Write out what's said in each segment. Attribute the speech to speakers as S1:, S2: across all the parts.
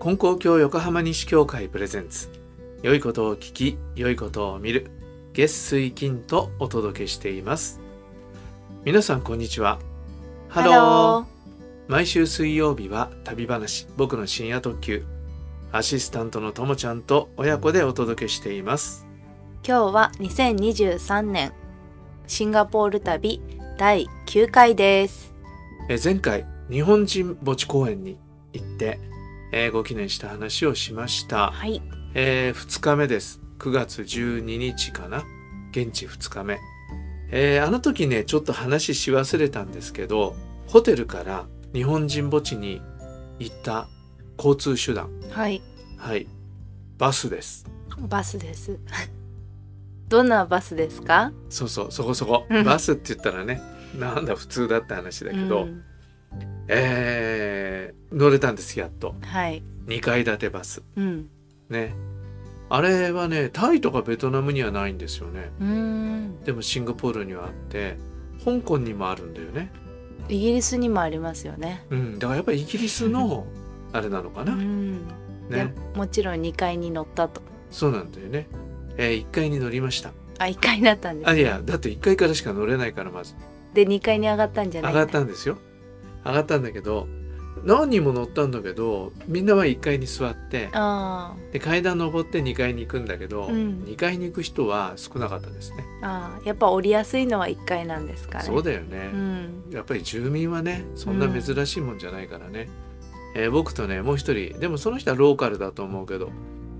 S1: 金光教横浜西教会プレゼンツ良いことを聞き良いことを見る月水金とお届けしています皆さんこんにちはハロー毎週水曜日は旅話僕の深夜特急アシスタントのともちゃんと親子でお届けしています
S2: 今日は2023年シンガポール旅第9回です
S1: えー前回日本人墓地公園に行って、えーご記念した話をしました、
S2: はい
S1: え2日目です9月12日かな現地2日目、えーあの時ねちょっと話し忘れたんですけどホテルから日本人墓地に行った交通手段
S2: はい
S1: はいバスです
S2: バスです どんなバスですか
S1: そうそうそこそこ
S2: うん
S1: バスって言ったらねなんだ普通だって話だけど、
S2: うん
S1: えー乗れたんですやっと
S2: はい
S1: 2階建てバス
S2: うん
S1: ねあれはねタイとかベトナムにはないんですよね
S2: うーん
S1: でもシンガポールにはあって香港にもあるんだよね
S2: イギリスにもありますよね
S1: うんだからやっぱりイギリスのあれなのか
S2: う
S1: な、
S2: ん、で
S1: ね
S2: もちろん2階に乗ったと
S1: そうなんだよね、え1階に乗りました
S2: あ1階だったんです
S1: あいやだって1階からしか乗れないからまず
S2: で2階に上がったんじゃない
S1: 上がったんですよ上がったんだけど何人も乗ったんだけどみんなは1階に座って
S2: あ
S1: で階段登って2階に行くんだけど、
S2: うん
S1: 2階に行く人は少なかったですね
S2: ーあーやっぱ降りやすいのは1階なんですかね
S1: そうだよね
S2: う、ん
S1: やっぱり住民はねそんな珍しいもんじゃないからね、えー僕とねもう一人でもその人はローカルだと思うけど、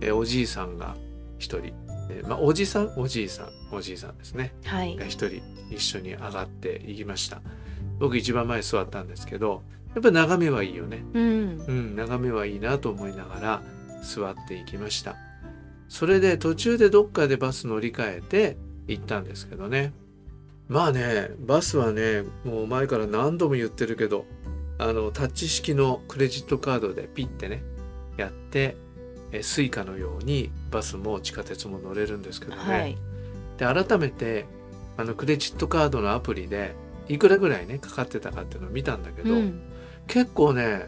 S1: えーおじいさんが一人、えーまあ、おじさんおじいさんおじいさんですね
S2: はい
S1: が一人一緒に上がっていきました僕一番前座ったんですけどやっぱ眺めはいいよね
S2: うん
S1: うん眺めはいいなと思いながら座っていきましたそれで途中でどっかでバス乗り換えて行ったんですけどねまあねバスはねもう前から何度も言ってるけどあのタッチ式のクレジットカードでピッてねやってえスイカのようにバスも地下鉄も乗れるんですけどね、
S2: はい
S1: で改めてあのクレジットカードのアプリでいくらぐらいねかかってたかっていうのを見たんだけど、
S2: うん
S1: 結構ね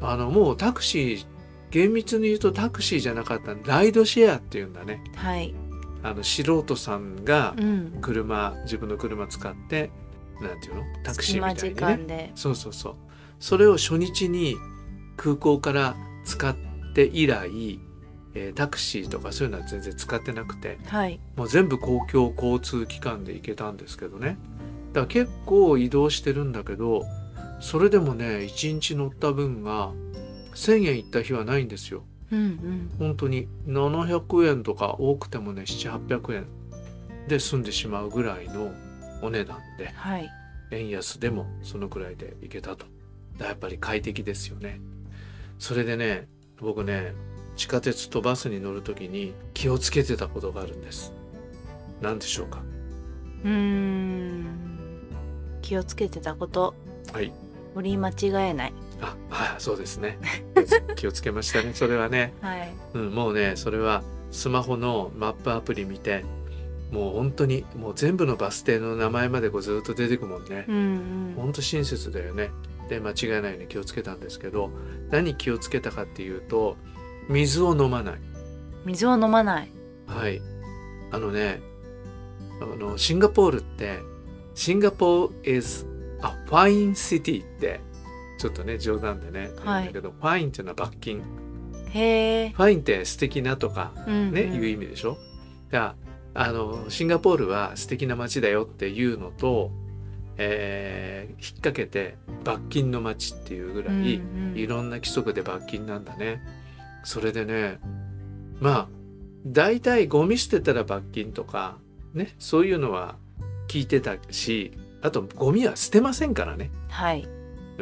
S1: あのもうタクシー厳密に言うとタクシーじゃなかったライドシェアっていうんだね
S2: はい、
S1: あの素人さんが
S2: うん、
S1: 車自分の車使ってなんていうのタクシーみたい
S2: 隙間時
S1: にね
S2: 間で、
S1: そうそうそうそれを初日に空港から使って以来、えータクシーとかそういうのは全然使ってなくて
S2: はい、
S1: もう全部公共交通機関で行けたんですけどねだから結構移動してるんだけどそれでもね1日乗った分が1,000円いった日はないんですよ
S2: うん
S1: 本当に700円とか多くてもね700800円で済んでしまうぐらいのお値段で
S2: うん、はい、
S1: 円安でもそのくらいで行けたとだからやっぱり快適ですよねそれでね僕ね地下鉄とバスに乗る時に気をつけてたことがあるんです何でしょうか
S2: うーん、気をつけてたこと、
S1: はい
S2: 折り間違えない、
S1: あはいそうですね 気をつけましたねそれはね、
S2: はい、
S1: うん、もうねそれはスマホのマップアプリ見てもう本当にもう全部のバス停の名前までこうずっと出てくもんね
S2: うんうん、
S1: ほんと親切だよね。で間違いないように気をつけたんですけど何気をつけたかっていうと水を飲まない。
S2: 水を飲まない、
S1: はい。あのねあのシンガポールってシンガポール is a fine city ってちょっとね冗談でね、
S2: は
S1: 言
S2: い
S1: うんだけどファインっていうのは罰金
S2: へえ、
S1: ファインって素敵なとか
S2: うんうん、
S1: ね、いう意味でしょだからあのシンガポールは素敵な街だよっていうのと、えー引っ掛けて罰金の街っていうぐらい、
S2: うんうん
S1: いろんな規則で罰金なんだね。それでねまあ大体ゴミ捨てたら罰金とかねそういうのは聞いてたしあとゴミは捨てませんからね
S2: はい、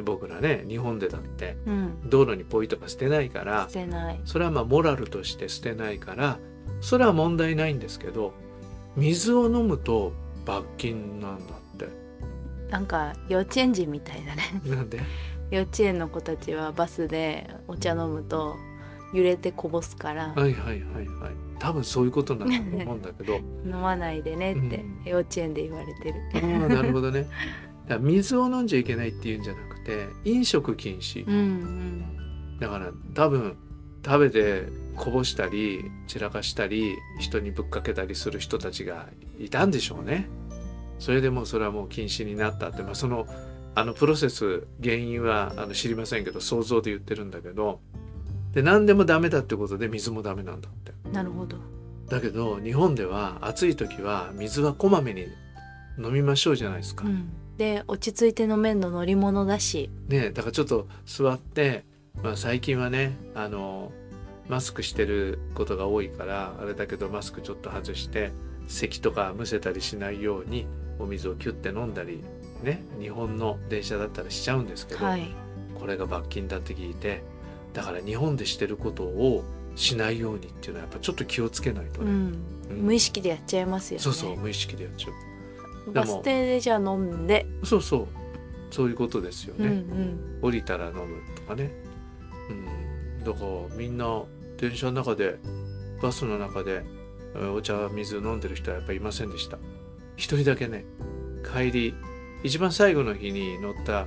S1: 僕らね日本でだって
S2: うん、
S1: 道路にポイとか捨てないから
S2: 捨てない、
S1: それはまあモラルとして捨てないからそれは問題ないんですけど水を飲むと罰金なんだっ
S2: なんか幼稚園児みたいだね、
S1: てなんで
S2: 幼稚園の子たちはバスでお茶飲むと揺れてこぼすから
S1: はいはいはいはい多分そういうことなんだと思うんだけど
S2: 飲まないでねって
S1: うん
S2: 幼稚園で言われてる、
S1: あーなるほどねだから水を飲んじゃいけないっていうんじゃなくて飲食禁止
S2: うんうん、
S1: だから多分食べてこぼしたり散らかしたり人にぶっかけたりする人たちがいたんでしょうね。それでもうそれはもう禁止になったって、まあ、そのあのプロセス原因はあの知りませんけど想像で言ってるんだけどで何でもダメだってことで水もダメなんだって。
S2: なるほど
S1: だけど日本では暑い時は水はこまめに飲みましょうじゃないですか。
S2: うん、で落ち着いて飲めるの乗り物だし
S1: ねだからちょっと座って、まあ、最近はねあのマスクしてることが多いからあれだけどマスクちょっと外して咳とかむせたりしないようにお水をキュッて飲んだりね日本の電車だったらしちゃうんですけど、
S2: はい
S1: これが罰金だって聞いてだから日本でしてることをしないようにっていうのはやっぱちょっと気をつけないと
S2: う
S1: ね、
S2: ん、
S1: うん
S2: 無意識でやっちゃいますよね
S1: そうそう無意識でやっちゃでも
S2: バス停でじゃあ飲んで、
S1: うそうそうそういうことですよ
S2: う
S1: ね。
S2: んうん
S1: 降りたら飲むとかね、うん、だからみんな電車の中でバスの中でえーお茶水飲んでる人はやっぱりいませんでした一人だけね帰り一番最後の日に乗った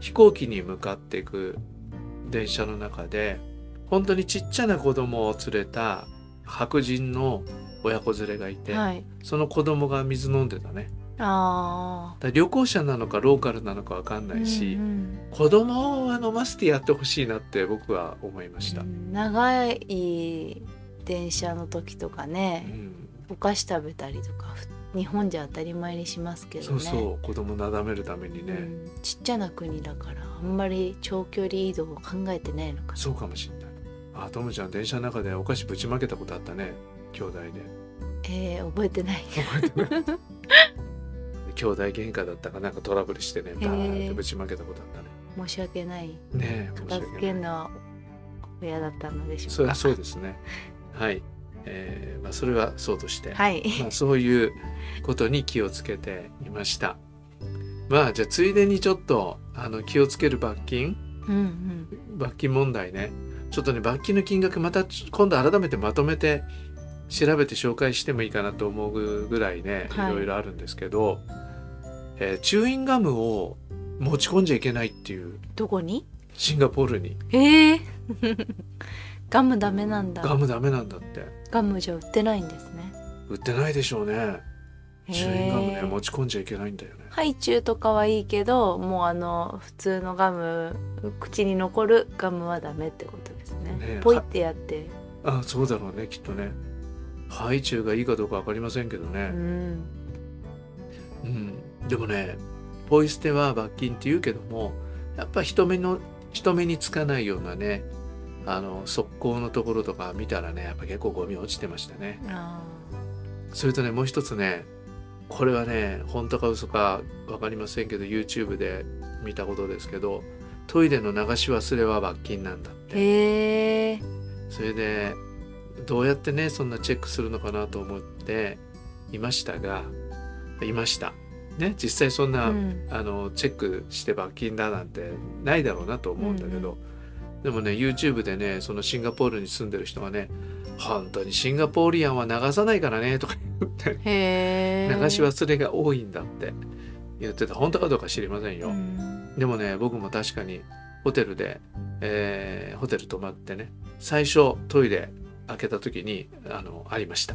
S1: 飛行機に向かっていく電車の中で本当にちっちゃな子供を連れた白人の親子連れがいて、
S2: はい
S1: その子供が水飲んでたね
S2: あ
S1: だから旅行者なのかローカルなのかわかん
S2: あ
S1: ないし、
S2: うん
S1: 子供は飲ませてやってほしいなって僕は思いました、
S2: う
S1: うん
S2: ん長い電車の時とかね、お菓子食べたりとかふ日本じゃ当たり前にしますけどね
S1: そうそう子供なだめるためにね、
S2: うんちっちゃな国だからあんまり長距離移動を考えてないのかな
S1: そうかもしれないあトムちゃん電車の中でお菓子ぶちまけたことあったね兄弟で
S2: えー覚えてない
S1: 兄弟喧嘩だったかなんかトラブルしてねバーンってぶちまけたことあったね
S2: 申し訳ない
S1: ねえ申
S2: 片
S1: し
S2: 付
S1: 訳
S2: け
S1: ない
S2: のは親だったのでし
S1: それ
S2: ょう
S1: は
S2: か
S1: そうですねはい、えーまあ、それはそうとして、
S2: はい
S1: まあ、そういうことに気をつけていましたまあじゃあついでにちょっとあの気をつける罰金
S2: うん
S1: 罰金問題ねちょっとね罰金の金額また今度改めてまとめて調べて紹介してもいいかなと思うぐらいね、
S2: はい
S1: い、ろいろあるんですけど、えーチューインガムを持ち込んじゃいけないっていう
S2: うんどこに
S1: シンガポールに
S2: えー、ガムダメなんだ
S1: ガムダメなんだって
S2: ガムじゃ売ってないんですね
S1: 売ってないでしょうねチューインガムね
S2: へー
S1: 持ち込んじゃいけないんだよね
S2: ハイチュウとかはいいけどもうあの普通のガム口に残るガムはダメってことですね
S1: ねえ
S2: ポイってやって、
S1: あそうだろうねきっとねハイチュウがいいかどうか分かりませんけどね、
S2: うん
S1: うん、でもねポイ捨ては罰金って言うけどもやっぱ人目の人目につかないようなねあの側溝のところとか見たらねやっぱ結構ゴミ落ちてましたね
S2: あ
S1: それとねもう一つねこれはね本当か嘘か分かりませんけど YouTube で見たことですけどトイレの流し忘れは罰金なんだっ
S2: ー
S1: て
S2: へえ
S1: それでどうやってねそんなチェックするのかなと思っていましたがいましたね実際そんな
S2: うん
S1: あのチェックして罰金だなんてないだろうなと思うんだけど、でもね YouTube でねそのシンガポールに住んでる人がね「本当にシンガポーリアンは流さないからね」とか言って
S2: へー
S1: 流し忘れが多いんだって言ってた本当かどうか知りませんよ、
S2: うん
S1: でもね僕も確かにホテルで、えーホテル泊まってね最初トイレ開けた時にあのありました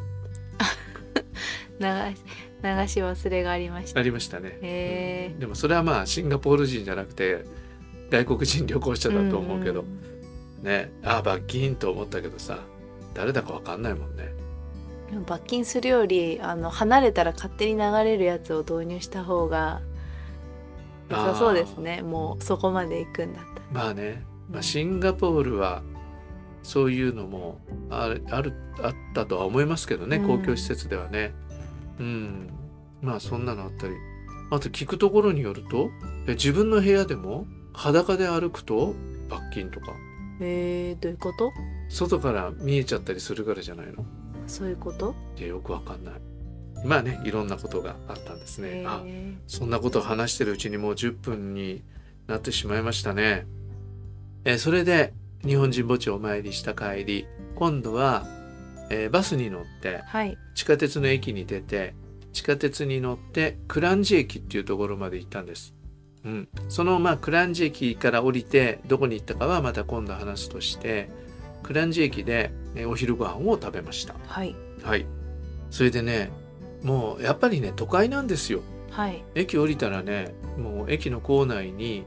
S2: 流し流し忘れがありました
S1: あ
S2: へ
S1: りましたね、
S2: え
S1: でもそれはまあシンガポール人じゃなくて外国人旅行者だと思うけど、ねああ罰金と思ったけどさ誰だか分かんないもんね
S2: でも罰金するよりあの離れたら勝手に流れるやつを導入した方が良さそうですねもうそこまで行くんだったら
S1: まあね、まあ、シンガポールはそういうのもあるあるあったとは思いますけどね
S2: うん
S1: 公共施設ではねうん、まあそんなのあったりあと聞くところによるとえ自分の部屋でも裸で歩くと罰金とか
S2: へえどういうこと
S1: 外から見えちゃったりするからじゃないの
S2: そういうこと
S1: いやよくわかんないまあねいろんなことがあったんですね、
S2: へ
S1: あ
S2: ー
S1: そんなことを話してるうちにもう10分になってしまいましたね。えーそれで日本人墓地をお参りした帰り今度は、えーバスに乗って
S2: はい
S1: 地下鉄の駅に出て地下鉄に乗ってクランジ駅っていうところまで行ったんです。うん、そのまあクランジ駅から降りてどこに行ったかはまた今度話すとしてクランジ駅でえーお昼ご飯を食べました
S2: はい
S1: はいそれでねもうやっぱりね都会なんですよ
S2: はい
S1: 駅降りたらねもう駅の構内に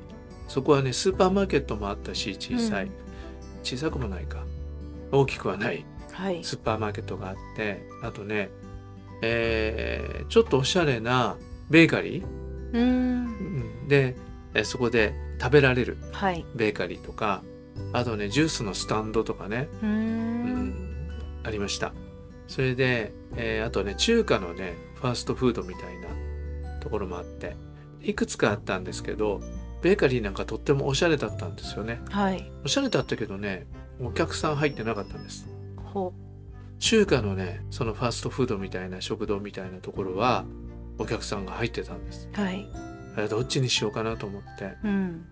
S1: そこはねスーパーマーケットもあったし小さい、
S2: うん
S1: 小さくもないか大きくはない
S2: はい
S1: スーパーマーケットがあってあとね、えーちょっとおしゃれなベーカリー
S2: うーん
S1: うんでえーそこで食べられる
S2: はい
S1: ベーカリーとかあとねジュースのスタンドとかね、
S2: うー
S1: うんん、ありましたそれで、えーあとね中華のねファーストフードみたいなところもあっていくつかあったんですけどベーカリーなんかとってもおしゃれだったんですよね
S2: はい
S1: おしゃれだったけどねお客さん入ってなかったんです
S2: ほ
S1: 中華のねそのファーストフードみたいな食堂みたいなところはお客さんが入ってたんです
S2: はい
S1: えどっちにしようかなと思って
S2: うん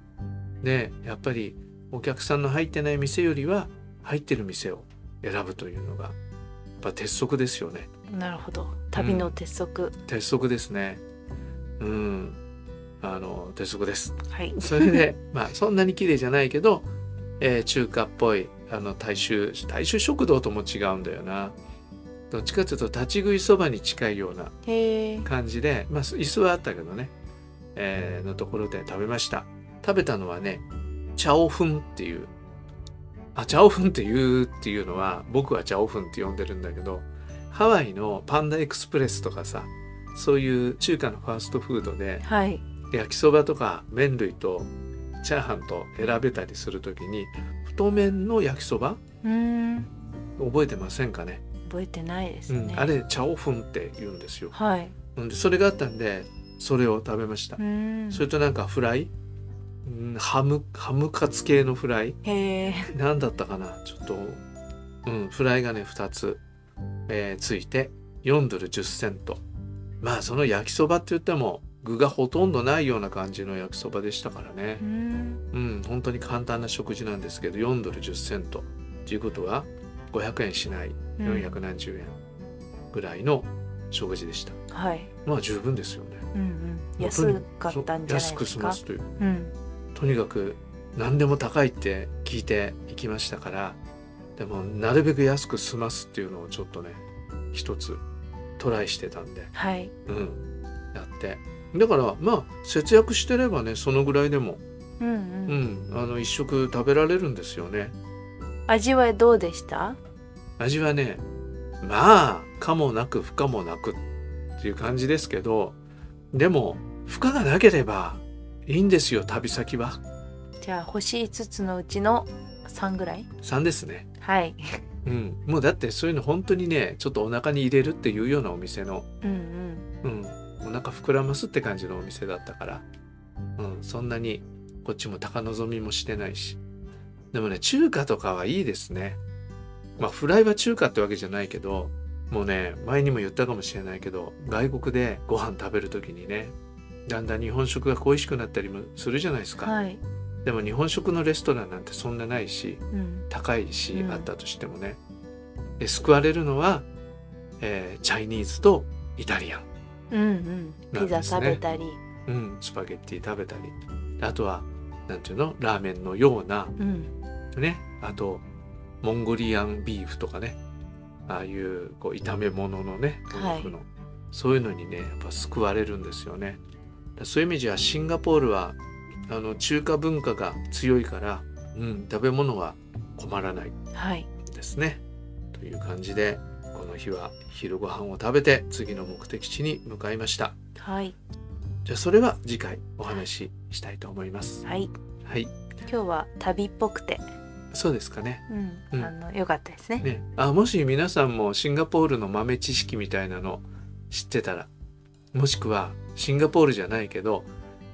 S1: でやっぱりお客さんの入ってない店よりは入ってる店を選ぶというのがやっぱ鉄則ですよね
S2: なるほど旅の鉄則、
S1: 鉄則ですねうんあの鉄則です
S2: はい
S1: それで まあそんなに綺麗じゃないけど、えー中華っぽいあの大衆大衆食堂とも違うんだよなどっちかというと立ち食いそばに近いような
S2: へえ
S1: 感じで、まあ、椅子はあったけどね、えーのところで食べました食べたのはねチャオフンっていうあチャオフンっていうっていうのは僕はチャオフンって呼んでるんだけどハワイのパンダエクスプレスとかさそういう中華のファーストフードで
S2: はい
S1: 焼きそばとか麺類とチャーハンと選べたりするときに太麺の焼きそば
S2: うーん
S1: 覚えてませんかね、
S2: 覚えてないです
S1: う
S2: ね、
S1: ん、あれチャオフンって言うんですよ
S2: はい
S1: うんでそれがあったんでそれを食べました
S2: うーん
S1: それとなんかフライ、うん、ハムハムカツ系のフライ
S2: へえ
S1: 何だったかなちょっと、うん、フライがね2つ、えーついて4ドル10セントまあその焼きそばって言っても具がほとんどないような感じの焼きそばでしたからね
S2: うーん
S1: うん本当に簡単な食事なんですけど4ドル10セントっていうことは500円しない
S2: うん
S1: 4何十円ぐらいの食事でした、
S2: はい
S1: まあ十分ですよね
S2: うんうん
S1: まあ
S2: 安かったんじゃない
S1: そう安く
S2: です
S1: 済
S2: か
S1: ますという
S2: うん
S1: とにかく何でも高いって聞いていきましたからでもなるべく安く済ますっていうのをちょっとね一つトライしてたんで
S2: はい
S1: うんやってだからまあ節約してればねそのぐらいでも
S2: うんう、
S1: うんんあの一食食べられるんですよね
S2: 味はどうでした
S1: 味はねまあ可もなく不可もなくっていう感じですけどでも負荷がなければいいんですよ旅先は
S2: じゃあ星5つのうちの3ぐらい
S1: 3ですね
S2: はい
S1: うん、もうだってそういうの本当にねちょっとお腹に入れるっていうようなお店の、
S2: うん
S1: うん、お腹膨らますって感じのお店だったから、うん、そんなにこっちも高望みもしてないしでもね中華とかはいいですねまあフライは中華ってわけじゃないけどもうね前にも言ったかもしれないけど外国でご飯食べる時にねだんだん日本食が恋しくなったりもするじゃないです
S2: うん
S1: か、
S2: はい
S1: でも日本食のレストランなんてそんなないし
S2: うん
S1: 高いし、
S2: うん
S1: あったとしてもねで救われるのは、えーチャイニーズとイタリアン、
S2: うんうんピザ食べたり、
S1: うん、スパゲッティ食べたりあとはなんていうのラーメンのような
S2: うん
S1: ねあとモンゴリアンビーフとかねああいうこう炒め物のね
S2: はい
S1: お肉の、そういうのにねやっぱ救われるんですよねだそういう意味じゃシンガポールはあの中華文化が強いから、うん、食べ物は困らない
S2: はい
S1: ですね。という感じでこの日は昼ご飯を食べて次の目的地に向かいました。
S2: はい
S1: じゃあそれは次回お話ししたいと思います。
S2: はい
S1: はい、
S2: 今日は旅っぽくて
S1: そうですかね。
S2: うん、
S1: うん
S2: あの良かったですね
S1: ね、あもし皆さんもシンガポールの豆知識みたいなの知ってたら、もしくはシンガポールじゃないけど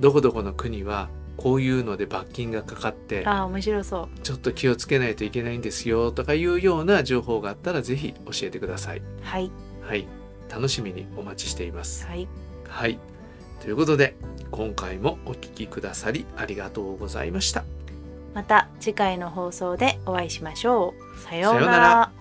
S1: どこどこの国はこういうので罰金がかかって
S2: ああ面白そう
S1: ちょっと気をつけないといけないんですよとかいうような情報があったらぜひ教えてください。
S2: はい
S1: はい、楽しみにお待ちしています。
S2: はい
S1: はい。ということで、今回もお聞きくださりありがとうございました。
S2: また次回の放送でお会いしましょうさよう
S1: さよう
S2: な
S1: な
S2: ら
S1: ら